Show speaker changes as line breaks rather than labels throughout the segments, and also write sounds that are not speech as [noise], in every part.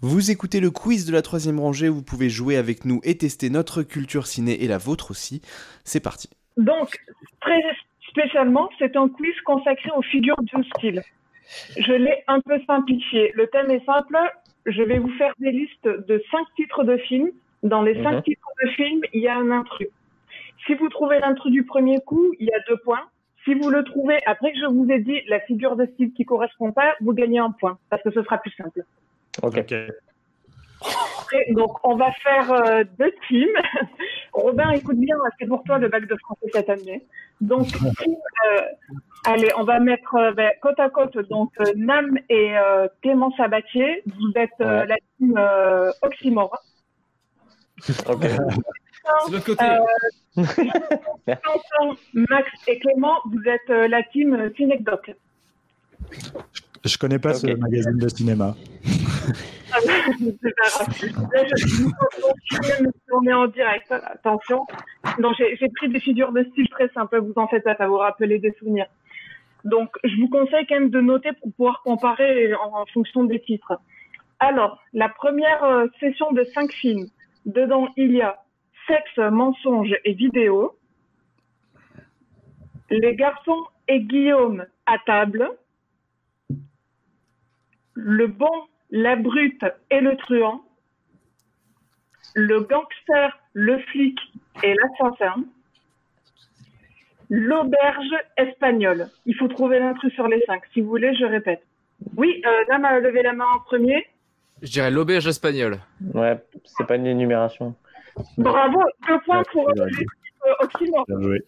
Vous écoutez le quiz de la troisième rangée, vous pouvez jouer avec nous et tester notre culture ciné et la vôtre aussi. C'est parti.
Donc, très spécialement, c'est un quiz consacré aux figures du style. Je l'ai un peu simplifié. Le thème est simple. Je vais vous faire des listes de cinq titres de films. Dans les cinq
Mhm.
titres de films, il y a un intrus. Si vous trouvez l'intrus du premier coup, il y a deux points. Si vous le trouvez après que je vous ai dit la figure de style qui correspond pas, vous gagnez un point parce que ce sera plus simple.
Ok.
Après, donc on va faire euh, deux teams. [laughs] Robin, écoute bien, c'est pour toi le bac de français cette année. Donc team, euh, allez, on va mettre euh, ben, côte à côte donc euh, Nam et euh, Clément Sabatier. Vous êtes euh,
Ouais.
la team euh, oxymore.
Ok.
C'est de l'autre côté.
Euh, Quentin, Max et Clément, vous êtes euh, la team euh, Cinecdoc.
Je connais pas ce
Ok.
magazine de cinéma.
C'est pas grave. Là, je- nous sommes donc- on est en direct, attention. Donc j'ai j'ai pris des figures de style très simples, vous en faites pas, ça vous rappelle des souvenirs. Donc je vous conseille quand même de noter pour pouvoir comparer en, en fonction des titres. Alors, la première euh, session de cinq films. Dedans, il y a Sexe, mensonge et vidéo. Les garçons et Guillaume à table. Le bon, la brute et le truand, le gangster, le flic et l'assassin, l'auberge espagnole. Il faut trouver l'intrus sur les cinq. Si vous voulez, je répète. Oui, euh, Nam a levé la main en premier.
Je dirais l'auberge espagnole.
Ouais, c'est pas une énumération.
Bravo, deux points
Ouais,
pour
bien
euh,
joué,
Oxymore.
bien joué.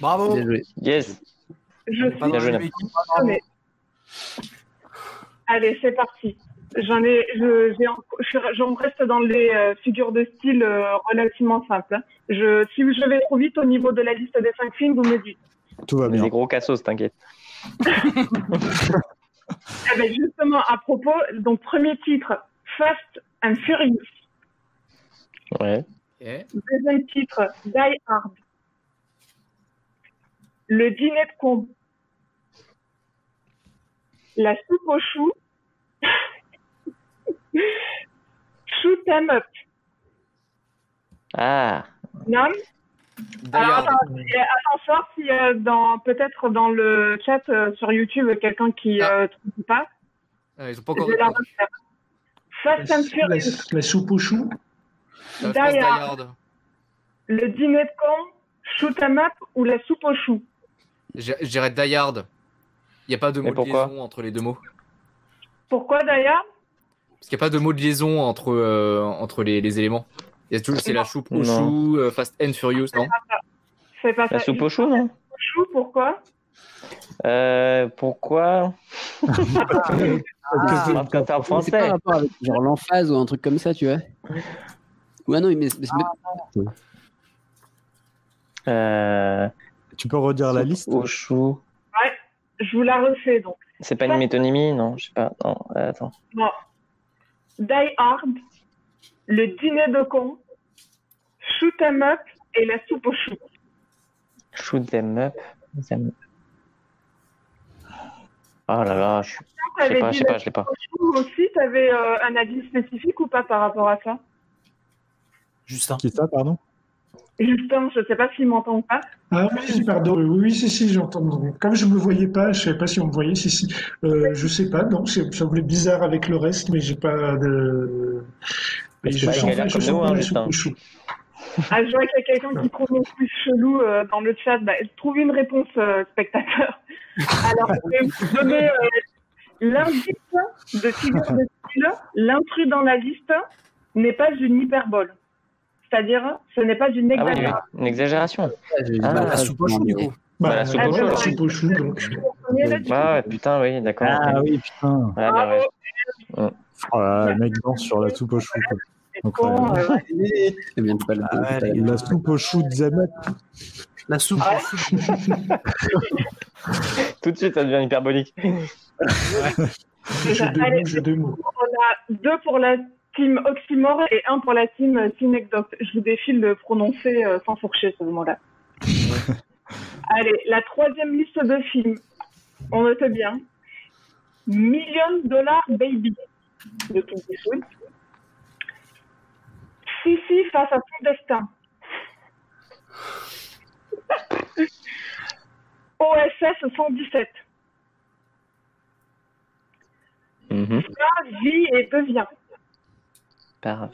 Bravo.
Bien joué. Yes.
Je
Pas
suis
dans la
joué,
même
Nap.
équipe.
étonnée. Allez, c'est parti. J'en ai, je, j'ai en- je suis- j'en reste dans les euh, figures de style euh, relativement simples. hein. Je, si je vais trop vite au niveau de la liste des cinq films, vous me dites.
Tout va bien.
Des gros cassos, t'inquiète.
Eh ben, justement, à propos, donc premier titre, Fast and Furious.
Ouais.
Eh,
Deuxième titre, Die Hard. Le dîner de con. La soupe aux choux. [laughs] Shoot 'em up.
Ah.
Nam, Alors,
Dayard.
attention, si euh, dans, peut-être dans le chat euh, sur YouTube, quelqu'un qui
Ah.
euh, trouve pas,
Ah, ils ont pas
je
encore
vais la
répondu.
refaire. Fast and
La,
Furious,
la soupe aux choux.
Ah, je pense
Dayard.
Dayard.
le dîner de con, shoot 'em up ou la soupe aux choux.
Je je dirais Dayard. Il n'y a pas de
Mais
mot de
pourquoi
liaison entre les deux mots.
Pourquoi d'ailleurs
Parce qu'il n'y a pas de mot de liaison entre, euh, entre les, les éléments. Il y a toujours- C'est la choupe au
Non.
chou, euh, Fast and Furious, non
C'est pas
La
ça.
soupe aux choux, non
Au chou, pourquoi
Euh, pourquoi
Ah,
Parce qu'on parle
Mais c'est pas un
français.
rapport avec genre l'emphase ou un truc comme ça, tu vois. Ouais, non, mais mais c'est
Ah.
même-
Euh,
Tu peux redire la liste
Aux choux.
Je vous la refais donc.
C'est pas une métonymie, non Je sais pas. Non, euh, attends.
Die Hard, le dîner de con, Shoot 'em up et la soupe au chou.
Shoot them up. Them- Oh là là, je je sais pas, je sais pas, je l'ai pas.
au chou aussi, t'avais euh, un avis spécifique ou pas par rapport à ça
Justin.
Qui ça, pardon
Justin, je sais pas s'il m'entend ou pas.
Ah oui, pardon. Oui, oui, si, si, j'entends. Comme je me voyais pas, je savais pas si on me voyait, si, si. Euh, je sais pas, non, c'est- ça voulait bizarre avec le reste, mais j'ai pas de. Mais
C'est
je
pas une
sens
galère
je
comme
sens
nous,
pas
hein,
la soupe
Justin.
aux choux.
Ah, je vois qu'il y a quelqu'un qui trouve le plus chelou euh, dans le chat. Bah, trouve une réponse, euh, spectateur. Alors, je vais vous donner euh, l'indice de figure de style. L'intrus dans la liste n'est pas une hyperbole. C'est-à-dire, ce n'est pas une
Ah oui, oui,
exagération.
une exagération.
Ah,
la
soupe au chou, gros.
Bah, la
Bah,
soupe
ouais,
aux choux,
la
ouais.
soupe aux choux, donc.
On est là, tu-
Ah ouais, putain, oui, d'accord.
Ah
ok.
oui, putain.
Ouais, bien, ouais.
Oh là là, le mec danse sur la soupe aux choux. quoi.
c'est
Donc,
con, euh,
c'est bien de pas le
Ah ouais,
pas
les
le-
La soupe aux choux de Zemet.
La soupe
Ah.
aux choux.
Tout de suite, ça devient hyperbolique.
J'ai deux
Allez.
mots, j'ai deux mots.
deux pour la team Oxymore et un pour la team Synecdote. Je vous défile de prononcer euh, sans fourcher ce moment-là. Allez, la troisième liste de films. On note bien. Million Dollar Baby. de Clint Eastwood. Sissi face à son destin. [laughs] OSS 117.
Mhm.
Ah, Vie et devient.
Par-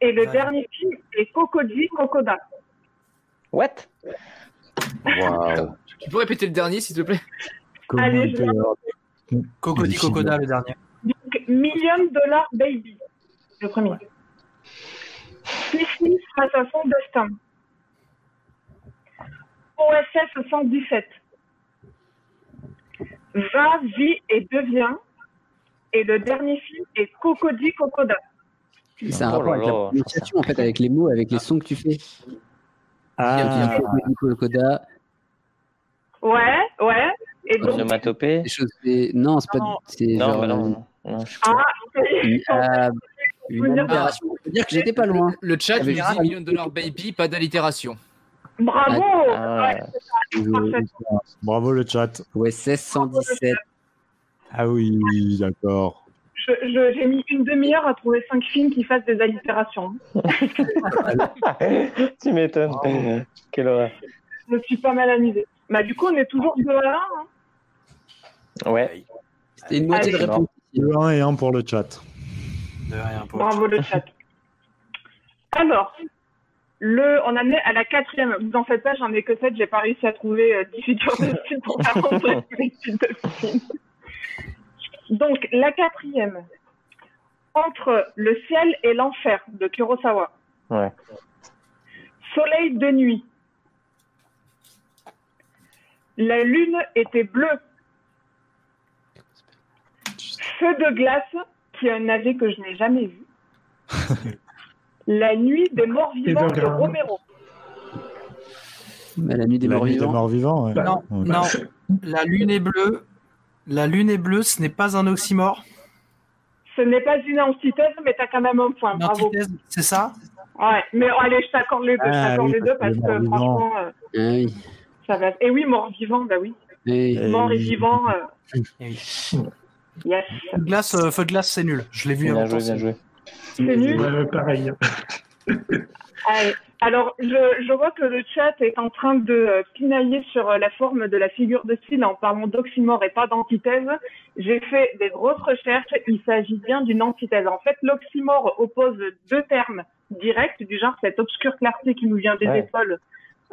Et le
Ouais.
dernier film est Cocody Cocoda.
What
Waouh.
Tu peux répéter le dernier, s'il te plaît
Comment
Allez,
était-
Cocody
Les films.
Cocoda, le dernier.
Donc, Million Dollar Baby, le premier. Sissi face à son destin. OSS 117. Va, vie et devient. Et le dernier film est Cocody Cocoda.
C'est un
Oh là
rapport avec
là, je
la
trouve ça
prononciation, en fait, avec les mots, avec les sons que tu fais.
Ah,
Coda,
Ouais, ouais. Et donc,
Onomatopée
des choses. des- Non, c'est pas. C'est
Non,
genre.
bah
euh,
non, non. non, je-
une- ah, une
Ah.
allitération. Je veux dire que j'étais pas loin.
Le chat
Ah,
nous
mais
dit
grave.
Million Dollar Baby, pas d'allitération.
bravo!
Ah,
je- Bravo le chat.
OSS 117.
Ah oui, d'accord.
Je- je- J'ai mis une demi-heure à trouver cinq films qui fassent des allitérations.
[laughs] tu m'étonnes. Quelle horreur.
Je me suis pas mal amusée. Bah, du coup, on est toujours 2 à 1.
Ouais,
C'était une moitié de
Allez.
réponse.
Le 1 et 1 pour le chat.
De rien pour
Bravo le chat. Alors, le, on en est à la quatrième. Vous en faites pas, j'en ai que 7. J'ai pas réussi à trouver euh, 10 futurs de films pour faire rentrer tous les titres de films. Donc, la quatrième. Entre le ciel et l'enfer de Kurosawa.
Ouais.
Soleil de nuit. La lune était bleue. Feu de glace, qui est un navet que je n'ai jamais vu. La nuit des morts vivants de
Evergrande.
Romero.
Mais Bah, la nuit des
la
morts
nuit des
vivants.
morts vivants. ouais.
Non,
Ouais.
non, la lune est bleue. La lune est bleue, ce n'est pas un oxymore.
Ce n'est pas une antithèse, mais t'as quand même un point.
Une
Bravo.
antithèse, c'est ça
Ouais, mais allez, je t'accorde les deux.
Ah,
je t'accorde
oui,
les deux parce
parce que
que
les morts
franchement, euh,
Ah oui.
ça va. Et oui, morts vivants, bah oui.
oui.
Et-
Morts et vivants, euh,
Eh oui.
yes.
Feu de glace, euh, feu de glace, c'est nul. Je l'ai vu.
bien
avant
joué,
toi,
bien joué.
C'est nul.
Euh, pareil.
Allez. Alors, je, je vois que le chat est en train de euh, pinailler sur euh, la forme de la figure de style en parlant d'oxymore et pas d'antithèse. J'ai fait des grosses recherches. Il s'agit bien d'une antithèse. En fait, l'oxymore oppose deux termes directs du genre cette obscure clarté qui nous vient des
Ouais.
épaules,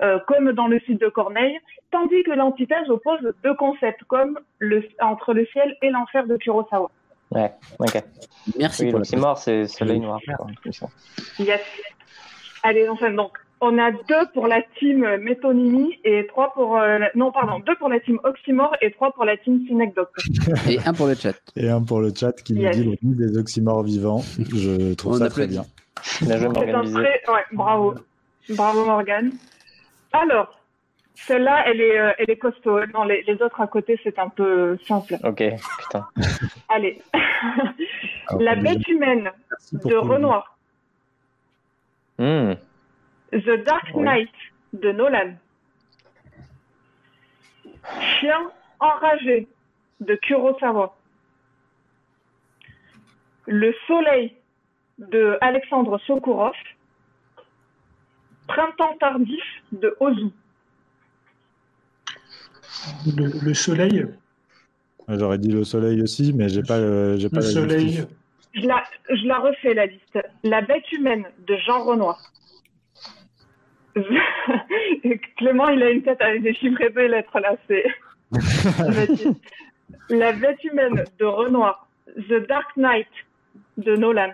euh, comme dans le site de Corneille, tandis que l'antithèse oppose deux concepts, comme le, entre le ciel et l'enfer de Kurosawa.
Ouais, ok.
Merci
Oui,
pour
l'oxymore, c'est soleil noir. je crois, comme ça.
Yes. Allez, on fait donc. On a deux pour la team euh, métonymie et trois pour euh, la- non pardon deux pour la team oxymore et trois pour la team synecdoque.
la. Et un pour le chat.
Et un pour le chat qui nous
Yes.
dit la nuit des oxymores vivants. Je trouve
On
ça très
applaudit.
bien.
Bien joué,
C'est un
organisé.
très ouais, bravo bravo Morgan. Alors celle-là elle est euh, elle est costaud. Non les, les autres à côté c'est un peu simple.
Ok, putain.
Allez
Alors,
la
déjà,
bête humaine
merci pour
de
tout le-
Renoir,
Hmm.
The Dark
Ouais.
Knight de Nolan, Chien enragé de Kurosawa, Le Soleil de Alexandre Sokourov, Printemps tardif de Ozu.
Le, le soleil,
J'aurais dit le soleil aussi, mais j'ai pas, euh,
Ah,
j'ai pas
le
la
soleil,
justice.
Je la, je la refais la liste. La bête humaine de Jean Renoir. [laughs] Clément, il a une tête avec des chiffres et des lettres là, c'est. Magnifique. la bête humaine de Renoir. The Dark Knight de Nolan.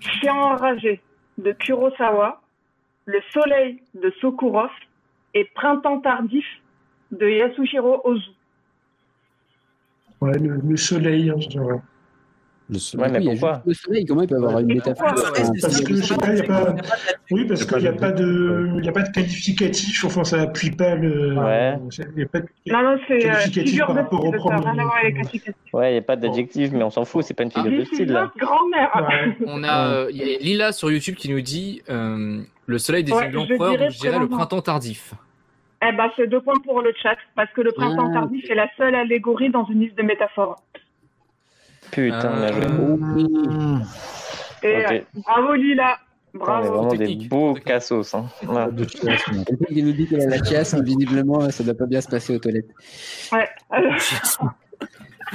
Chien enragé de Kurosawa. Le soleil de Sokurov. Et Printemps tardif de Yasushiro Ozu.
ouais, le, le soleil, hein, je dirais.
Le soleil.
Ouais,
Du coup,
mais
il y a
pourquoi
juste le soleil, comment il peut avoir
Ouais.
une
Pourquoi
métaphore
Ah,
Parce
un-
Parce que je sais pas, il n'y a pas. Oui, parce qu'il n'y a pas de, il y a pas de qualificatif. Enfin, ça appuie pas le.
Ouais.
Il y a pas de-
Non, non, c'est euh,
Qualificatif
figure
par
de
rapport au
style, ça n'a rien à
premier.
voir avec la qualification.
Ouais, il n'y a pas d'adjectif, mais on s'en fout, c'est pas une figure de
This is
style, là.
not grand-mère.
Ouais.
On a, euh, il y a Lila sur YouTube qui nous dit euh, Le soleil des
Ouais, je
l'empereur,
dirais
donc je dirais le
vraiment.
printemps tardif.
Eh ben, c'est deux points pour le chat, parce que le printemps
Ah,
tardif est la seule allégorie dans une liste de métaphores.
Putain, bien joué.
Euh,
Mmh.
Et
Ok.
euh, bravo Lila,
Putain, on est
bravo.
vraiment des
technique.
beaux cassos. Hein. Voilà.
De chiasse, non.
Quelqu'un qui nous dit qu'elle a la chiasse, mais visiblement, ça doit pas bien se passer aux toilettes.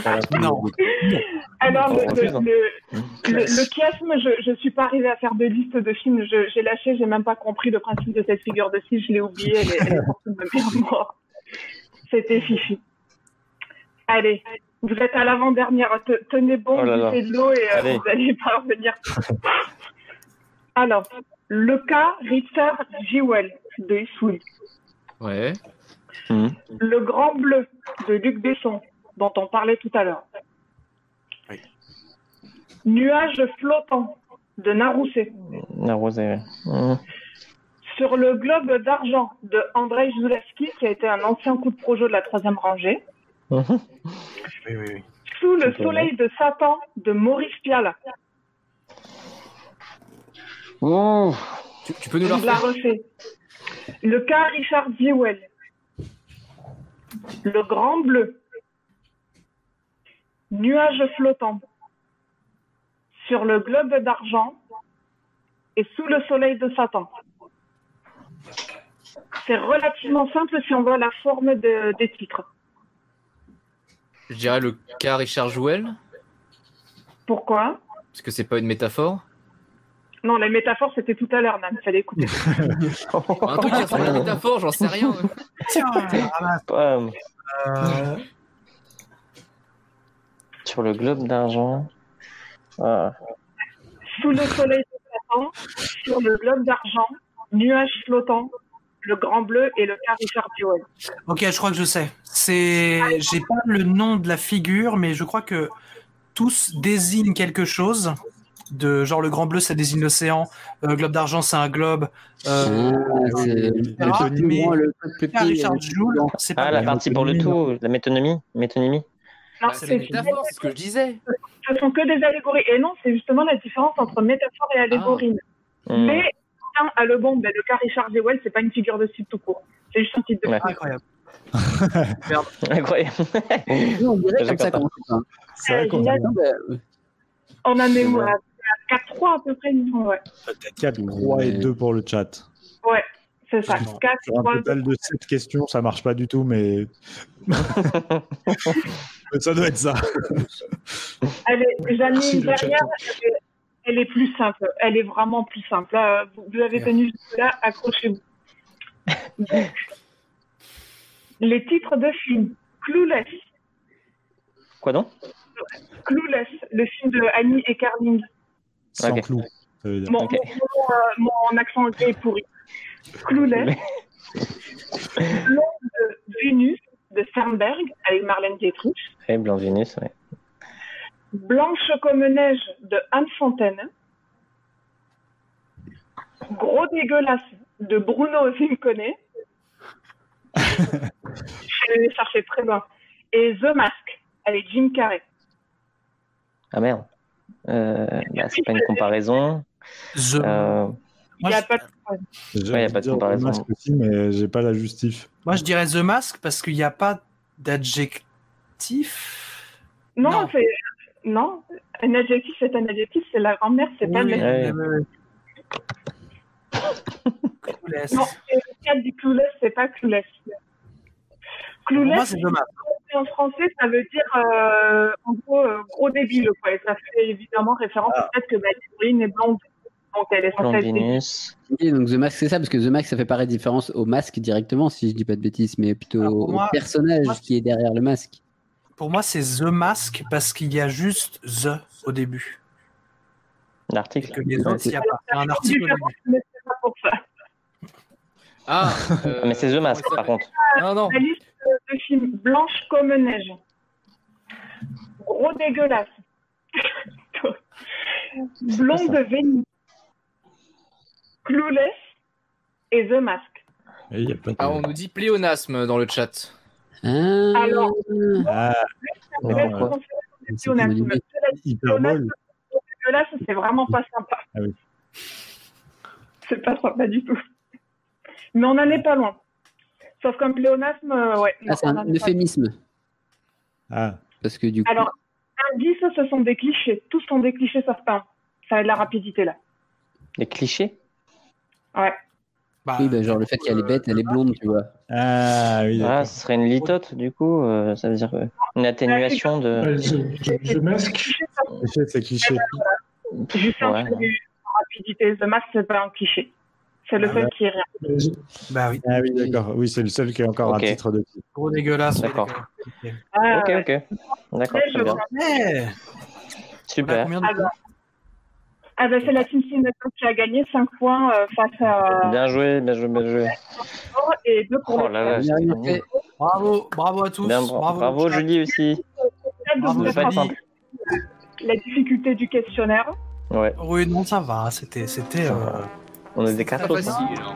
Non.
Alors,
Oh,
Ah le,
refuse, hein.
le, le- le chiasme, je, je suis pas arrivée à faire de liste de films. Je- J'ai lâché, j'ai même pas compris le principe de cette figure de style. Je l'ai oublié, elle est, elle est sortie de ma mémoire. C'était Fifi. Allez, vous êtes à l'avant-dernière. Te- Tenez bon,
Oh là là.
jetez de l'eau et euh,
Allez.
vous allez pas revenir. Alors, le cas Ritter Jewell de Eastwood.
Ouais.
Le Grand Bleu de Luc Besson, dont on parlait tout à l'heure.
Oui.
Nuages flottants de Narousset.
La rosée, ouais. Mmh.
Sur le globe d'argent de Andrei Zulewski, qui a été un ancien coup de projo de la troisième rangée.
Mhm.
Oui, oui, oui.
Sous le
C'est
soleil de Satan de Maurice Pial.
Oh
Tu, tu peux nous
Je
la
la
refaire
refais. Le cas Richard Jewell. Le grand bleu. Nuages flottants. Sur le globe d'argent et sous le soleil de Satan. C'est relativement simple si on voit la forme de- des titres.
Je dirais le cas Richard Jouel,
Pourquoi
parce que c'est pas une métaphore.
Non, les métaphores, c'était tout à l'heure, Nan. Fallait écouter.
Un truc qui ressemble à une métaphore, j'en sais rien.
Tiens, voilà,
Pam.
euh,
Sur le globe d'argent. Ah.
Sous le soleil de Satan, sur le globe d'argent, nuages flottants, le grand bleu et le cas Richard Jewell.
Ok, je crois que je sais. C'est, j'ai pas le nom de la figure, mais je crois que tous désignent quelque chose. De genre le grand bleu, ça désigne l'océan. Euh, globe d'argent, c'est un globe. Euh,
Ah, c'est
Ah,
le plus
mais-
grand, le plus
Pierre
petit.
Ah, Richard
le plus
Joule,
grand.
c'est pas
ah, la
lui.
partie pour le tout, la métonymie. métonymie.
Non,
Bah, c'est une
c'est-
métaphore, c'est ce que je disais.
ce sont que des allégories. Et non, c'est justement la différence entre métaphore et allégorie.
Ah.
Mmh.
Mais tiens, à le bon, ben, le cas Richard Jewell, c'est pas une figure de style tout court. C'est juste un titre de
Ouais.
Incroyable.
[laughs] Incroyable.
Non, on dirait
J'ai
comme ça
pas
qu'on fait pas.
C'est vrai qu'on
Ah,
a
Non, bah,
On en est où
Ouais.
à 4-3 à peu près, disons, ouais.
4, 3 et 2 pour le chat.
C'est ça.
Justement.
4,
Sur un
3,
total de 7 questions, ça marche pas du tout, mais. Mais ça doit être ça.
Allez, j'en ai
Merci,
une
le chat.
dernière. Elle est- Elle est plus simple. Elle est vraiment plus simple. Là, vous, vous avez tenu jusque-là, accrochez-vous. Donc, les titres de films. Clueless.
Quoi donc
Clueless, le film de Annie et Carling.
Sans
Ok.
clou. Ça veut dire.
Mon,
Ok.
mon- euh, mon accent anglais est pourri. Cloulet. L'onde de Vénus de Sternberg avec Marlène Dietrich.
Ouais, Blanc Vénus, ouais.
Blanche comme neige de Anne Fontaine. Gros dégueulasse de Bruno Zincone. Je l'ai cherché très loin. Et The Mask avec Jim Carrey.
Ah merde. Euh, bah, c'est pas une comparaison.
The-
Euh,
Il
moi,
n'y a
je,
pas de
J'ai
Ouais, y a
envie
pas de
dire euh,
comparaison.
masque aussi, mais j'ai pas la justif.
moi, je dirais The Mask parce qu'il n'y a pas d'adjectif.
Non,
Non.
c'est. Non, un adjectif, c'est un adjectif, c'est la grand-mère, c'est pas
Oui,
le
oui,
Ouais.
oui, oui. Clueless.
Non, c'est le cadre du clueless, c'est pas clueless.
Pour moi,
Clueless,
c'est dommage.
en français, ça veut dire euh, en gros euh, gros débile. Quoi. Et ça fait évidemment référence au fait que ma figurine est blonde. Donc elle est
Blanc
censée être débile.
Vénus.
ok, donc The Mask, c'est ça, parce que The Mask, ça fait pas la différence au masque directement, si je dis pas de bêtises, mais plutôt
Alors, pour
au
moi-
personnage
moi,
qui est derrière le masque.
Pour moi, c'est The Mask parce qu'il y a juste The au début. Et
L'article.
que les autres, il y a pas. Il y a un article au début.
Mais c'est pas pour ça.
Ah, euh,
Ah, Mais c'est The Mask,
comment
par
il
contre.
s'appelle Non, non.
La liste de films Blanche comme neige. Gros dégueulasse. Blonde
ça.
Vénus. Clueless et The Mask.
Et Eh, y a pas de-
Ah, on nous dit pléonasme dans le chat.
Ah,
Alors,
Ah,
Mais
Là,
pourquoi
je pense que
c'est
on a-
comme animé.
Cela dit,
Hyperbole.
que là, ça, c'est vraiment pas sympa.
Ah oui.
C'est pas sympa du tout. Mais on n'en est pas loin. Sauf qu'un pléonasme, euh, ouais. non,
Ah, c'est
on en est
un
pas loin.
euphémisme.
Ah,
Parce que du coup,
Alors, Indice, ce sont des clichés. Tous sont des clichés, sauf un. Ça a de la rapidité, là.
Les clichés
Bah,
Oui, bah, genre le fait qu'elle est bête, elle est blonde, tu vois.
Ah oui.
Ah, ce serait une litote, du coup. euh, ça veut dire euh, une atténuation de.
Ouais, The, The- The Mask,
Cliché,
Ah,
sauf
cliché, C'est cliché.
juste un
Ouais.
truc de rapidité. The Mask, c'est pas un cliché. C'est le
Ah,
seul qui est rien.
euh,
bah oui,
Ah oui, d'accord. Oui, c'est le seul qui a encore
Ok.
un titre de cliché.
gros dégueulasse.
D'accord.
Mais-
Ah,
Ok, ok. D'accord,
Ouais,
très
je
bien.
vois.
Mais on a
Super.
combien
Ah
de
bah. Ah bah, c'est la team Cinéton qui a gagné 5 points euh, face à
Bien joué, bien joué, bien joué.
Thor et 2 pour
Oh
le
la vache.
Il a
c'est
rien
nul.
fait.
Bravo, bravo à tous.
Bien,
bravo,
bravo Julie aussi. Ah,
fait. Donc,
Bravo,
ça
Julie.
sera La difficulté du questionnaire.
Ouais,
Oui, non, ça va. C'était, c'était. euh,
on a des cartes aussi.
facile. hein.